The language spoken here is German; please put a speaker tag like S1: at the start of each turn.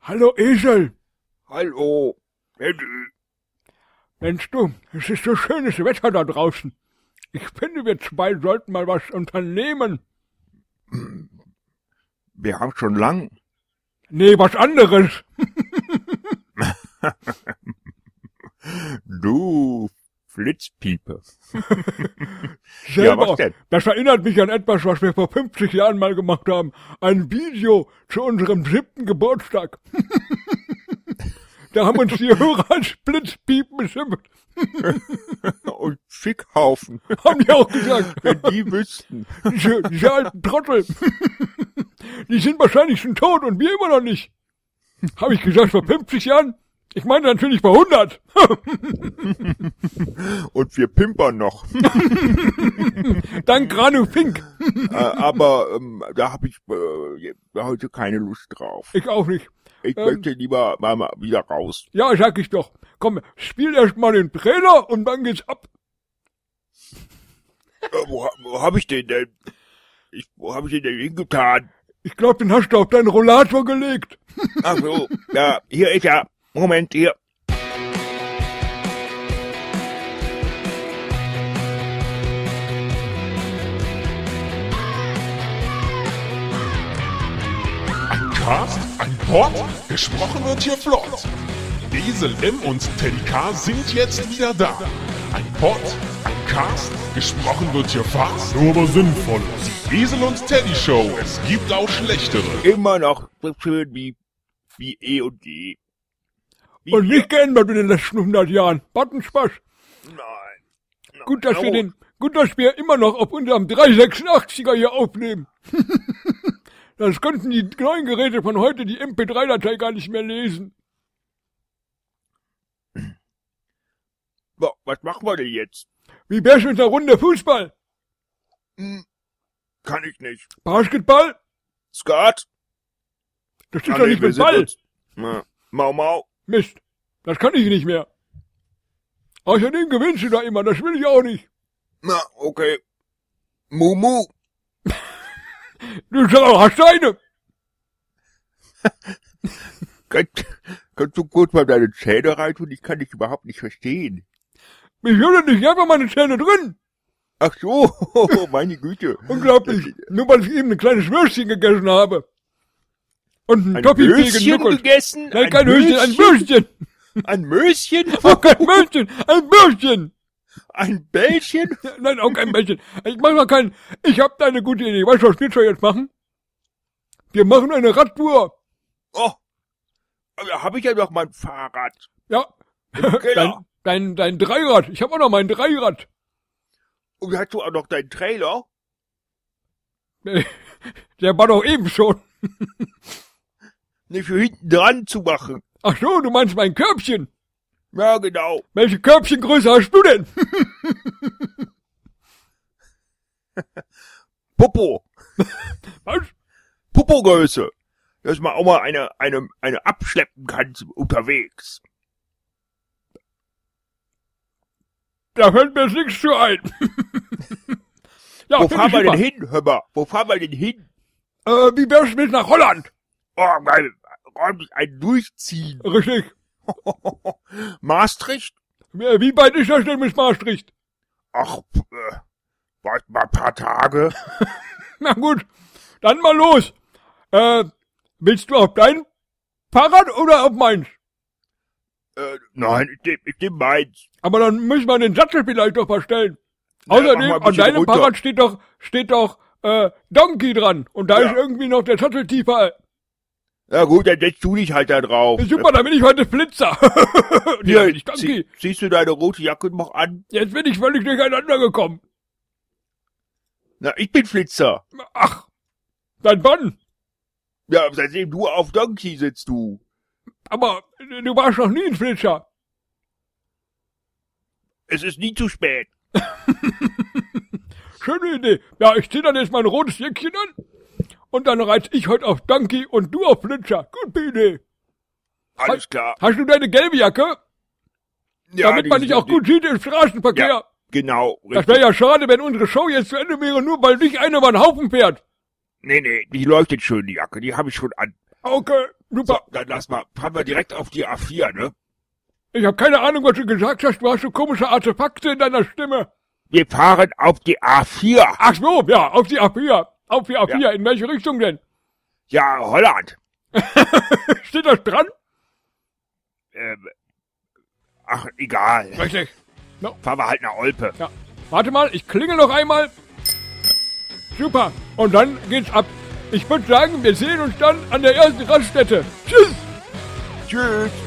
S1: Hallo Esel,
S2: Hallo. Eddie.
S1: Mensch du, es ist so schönes Wetter da draußen. Ich finde, wir zwei sollten mal was unternehmen.
S2: Wir haben schon lang.
S1: Nee, was anderes.
S2: Du Flitzpiepe.
S1: Selber.
S2: was denn?
S1: Das erinnert mich an etwas, was wir vor 50 Jahren mal gemacht haben. Ein Video zu unserem siebten Geburtstag. da haben uns die Hörer als Blitzpiepen beschimpft.
S2: Und Schickhaufen.
S1: Haben die auch gesagt.
S2: Wenn die wüssten.
S1: Diese, diese alten Trottel. Die sind wahrscheinlich schon tot und wir immer noch nicht. Habe ich gesagt vor 50 Jahren? Ich meine natürlich vor 100.
S2: Und wir pimpern noch.
S1: Dank Granu Fink.
S2: äh, aber ähm, da habe ich äh, heute keine Lust drauf.
S1: Ich auch nicht.
S2: Ich
S1: Ähm.
S2: möchte lieber mal, mal wieder raus.
S1: Ja, sag ich doch. Komm, spiel erst mal den Trailer und dann geht's ab.
S2: Äh, wo wo habe ich den denn? Ich, wo habe ich den denn hingetan?
S1: Ich glaube, den hast du auf deinen Rollator gelegt.
S2: Ach so, ja, hier ist er. Moment, hier.
S3: Cast, ein Pod, gesprochen wird hier flott. Esel M und Teddy K sind jetzt wieder da. Ein Pod, ein Cast, gesprochen wird hier fast, nur aber sinnvoll. Die Esel und Teddy Show, es gibt auch schlechtere.
S2: Immer noch so schön wie, wie eh und je. Wie
S1: Und nicht geändert in den letzten 100 Jahren. Battenspaß.
S2: Nein.
S1: Gut, dass wir den, gut, dass wir immer noch auf unserem 386er hier aufnehmen. Das könnten die neuen Geräte von heute die MP3-Datei gar nicht mehr lesen.
S2: Wa- Was machen wir denn jetzt?
S1: Wie wär's mit einer Runde Fußball?
S2: Kann ich nicht.
S1: Basketball?
S2: Skat?
S1: Das ist
S2: Ah,
S1: doch
S2: nee,
S1: nicht
S2: wir
S1: mit
S2: sind
S1: Ball.
S2: uns- Ja. Mau Mau.
S1: Mist. Das kann ich nicht mehr. Außerdem gewinnst du da immer, das will ich auch nicht.
S2: Na, okay. Mumu.
S1: Du Sau, hast eine.
S2: Kannst, kannst du kurz mal deine Zähne reintun? Ich kann dich überhaupt nicht verstehen.
S1: Mich hören nicht einfach meine Zähne drin.
S2: Ach so, meine Güte.
S1: Unglaublich. Nur weil ich eben ein kleines Würstchen gegessen habe. Und ein
S2: Ein
S1: Toffee gegen
S2: Würstchen
S1: Nuckels.
S2: gegessen?
S1: Nein, kein Würstchen, ein Würstchen.
S2: Ein Möschen?
S1: Auch kein Männchen, ein Würstchen.
S2: Ein Bällchen?
S1: Nein, auch kein Männchen. Ich mach mal kein, ich hab da eine gute Idee. Weißt du, was wir schon jetzt machen? Wir machen eine Radtour.
S2: Oh, da habe ich ja noch mein Fahrrad. Genau.
S1: Ja.
S2: Keller.
S1: Dein, dein, dein Dreirad. Ich hab auch noch mein Dreirad.
S2: Und hast du auch noch deinen Trailer?
S1: Der war doch eben schon.
S2: Nicht für hinten dran zu machen.
S1: Ach so, du meinst mein Körbchen.
S2: Ja, genau.
S1: Welche Körbchengröße hast du denn?
S2: Popo.
S1: Was?
S2: Popogröße. Dass man auch mal eine, eine, eine abschleppen kann zum- unterwegs.
S1: Da fällt mir jetzt nichts zu ein. ja,
S2: Wo
S1: find
S2: fahren
S1: ich
S2: wir
S1: super.
S2: denn hin, hör mal? Wo fahren wir denn hin?
S1: Äh, wie wär's mit nach Holland?
S2: Oh, geil. Räumlich ein Durchziehen.
S1: Richtig.
S2: Maastricht?
S1: Wie wie weit ist das denn bis Maastricht?
S2: Ach, pf, äh, warte mal ein paar Tage.
S1: Na gut, dann mal los. Äh, willst du auf dein Fahrrad oder auf meins?
S2: Äh, nein, ich nehm, ich nehm meins.
S1: Aber dann müssen wir den Sattel vielleicht doch verstellen.
S2: Ja, mach
S1: Außerdem,
S2: mal ein
S1: an
S2: bisschen
S1: deinem
S2: runter.
S1: Fahrrad steht doch, steht doch, äh, Donkey dran. Und da
S2: Ja.
S1: ist irgendwie noch der Sattel tiefer. Äh,
S2: Na gut, dann setzt du dich halt da drauf.
S1: Super, da bin ich heute Flitzer.
S2: Hier,
S1: ja, bin ich Donkey.
S2: zieh, ziehst du deine rote Jacke noch an?
S1: Jetzt bin ich völlig durcheinander gekommen.
S2: Na, ich bin Flitzer.
S1: Ach, dein Bann.
S2: Ja, seitdem du auf Donkey sitzt, du.
S1: Aber äh, du warst noch nie ein Flitzer.
S2: Es ist nie zu spät.
S1: Schöne Idee. Ja, ich zieh dann jetzt mein rotes Jäckchen an. Und dann reiz ich heute auf Donkey und du auf Flitzer. Gute Idee.
S2: Alles klar.
S1: Hast du deine gelbe Jacke?
S2: Ja,
S1: Halt. Damit man
S2: die-
S1: dich auch
S2: die-
S1: gut sieht im Straßenverkehr.
S2: Ja, genau.
S1: Das
S2: Richtig.
S1: wäre ja schade, wenn unsere Show jetzt zu Ende wäre, nur weil dich einer über den Haufen fährt.
S2: Nee, nee, die leuchtet schön, die Jacke. Die habe ich schon an.
S1: Okay.
S2: So,
S1: super.
S2: dann lass mal, fahren wir direkt auf die A4, ne?
S1: Ich habe keine Ahnung, was du gesagt hast. Du hast so komische Artefakte in deiner Stimme.
S2: Wir fahren auf die A4.
S1: Ach so, ja, auf die A4. Auf die A4.
S2: Ja.
S1: In welche Richtung denn?
S2: Ja, Holland.
S1: Steht das dran?
S2: Ähm, ach, egal.
S1: Richtig.
S2: Fahren wir halt nach Olpe.
S1: Ja. Warte mal, ich klingel noch einmal. Super. Und dann geht's ab. Ich würde sagen, wir sehen uns dann an der ersten Raststätte. Tschüss.
S2: Tschüss.